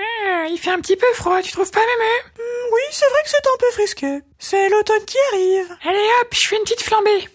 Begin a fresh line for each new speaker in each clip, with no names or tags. Eh, il fait un petit peu froid, tu trouves pas, mémé
Hmm, oui, c'est vrai que c'est un peu frisqué. C'est l'automne qui arrive.
Allez hop, je fais une petite flambée.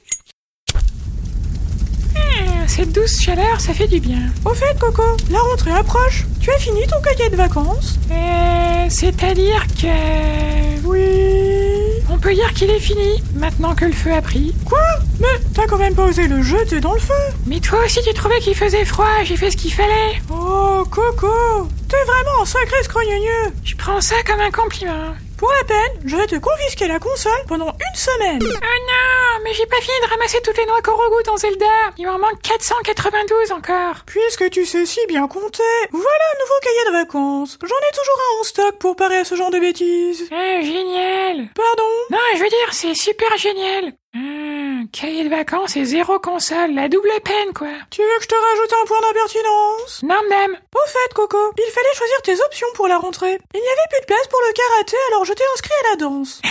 Mmh, cette douce chaleur, ça fait du bien.
Au fait, Coco, la rentrée approche. Tu as fini ton cahier de vacances
Euh, c'est-à-dire que...
Oui.
On peut dire qu'il est fini, maintenant que le feu a pris.
Quoi Mais t'as quand même pas osé le jeu, t'es dans le feu.
Mais toi aussi, tu trouvais qu'il faisait froid, j'ai fait ce qu'il fallait.
Oh, Coco, t'es vraiment un sacré scrogneux.
Je prends ça comme un compliment.
Pour la peine, je vais te confisquer la console pendant une semaine.
Oh non, mais j'ai pas fini de ramasser toutes les noix Korogu dans Zelda. Il m'en manque 492 encore.
Puisque tu sais si bien compter, voilà un nouveau cahier de vacances. J'en ai toujours un en stock pour parer à ce genre de bêtises.
Ah, génial.
Pardon
Non, je veux dire, c'est super génial. Hum, cahier de vacances et zéro console, la double peine, quoi.
Tu veux que je te rajoute un point d'impertinence
Non, madame.
Au fait, Coco, il fallait choisir tes options pour la rentrée. Il n'y avait plus de place pour le karaté, alors je t'ai inscrit à la danse.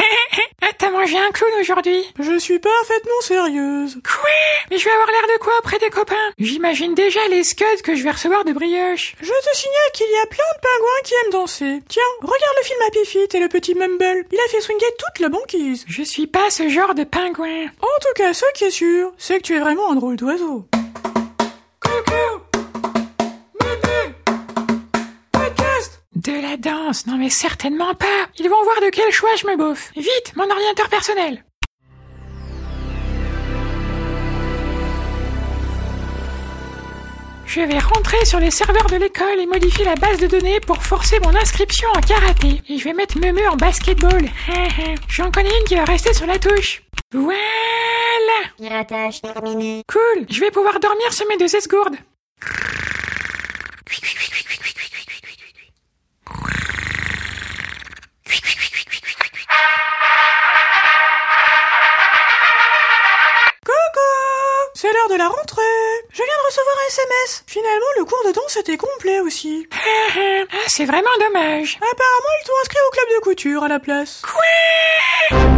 Ah, t'as mangé un clown aujourd'hui.
Je suis parfaitement sérieuse.
Quoi Mais je vais avoir l'air de quoi auprès des copains J'imagine déjà les scuds que je vais recevoir de brioche.
Je te signale qu'il y a plein de pingouins qui aiment danser. Tiens, regarde le film Happy Feet et le petit Mumble. Il a fait swinguer toute la banquise.
Je suis pas ce genre de pingouin.
En tout cas, ce qui est sûr, c'est que tu es vraiment un drôle d'oiseau.
De la danse Non mais certainement pas Ils vont voir de quel choix je me bouffe. Vite, mon ordinateur personnel Je vais rentrer sur les serveurs de l'école et modifier la base de données pour forcer mon inscription en karaté. Et je vais mettre Memeu en basketball. J'en connais une qui va rester sur la touche. Voilà
Piratage terminé.
Cool Je vais pouvoir dormir sur mes deux esgourdes.
Coco C'est l'heure de la rentrée Je viens de recevoir un SMS Finalement, le cours de danse était complet aussi.
Ah, c'est vraiment dommage.
Apparemment, ils t'ont inscrit au club de couture à la place.
Quoi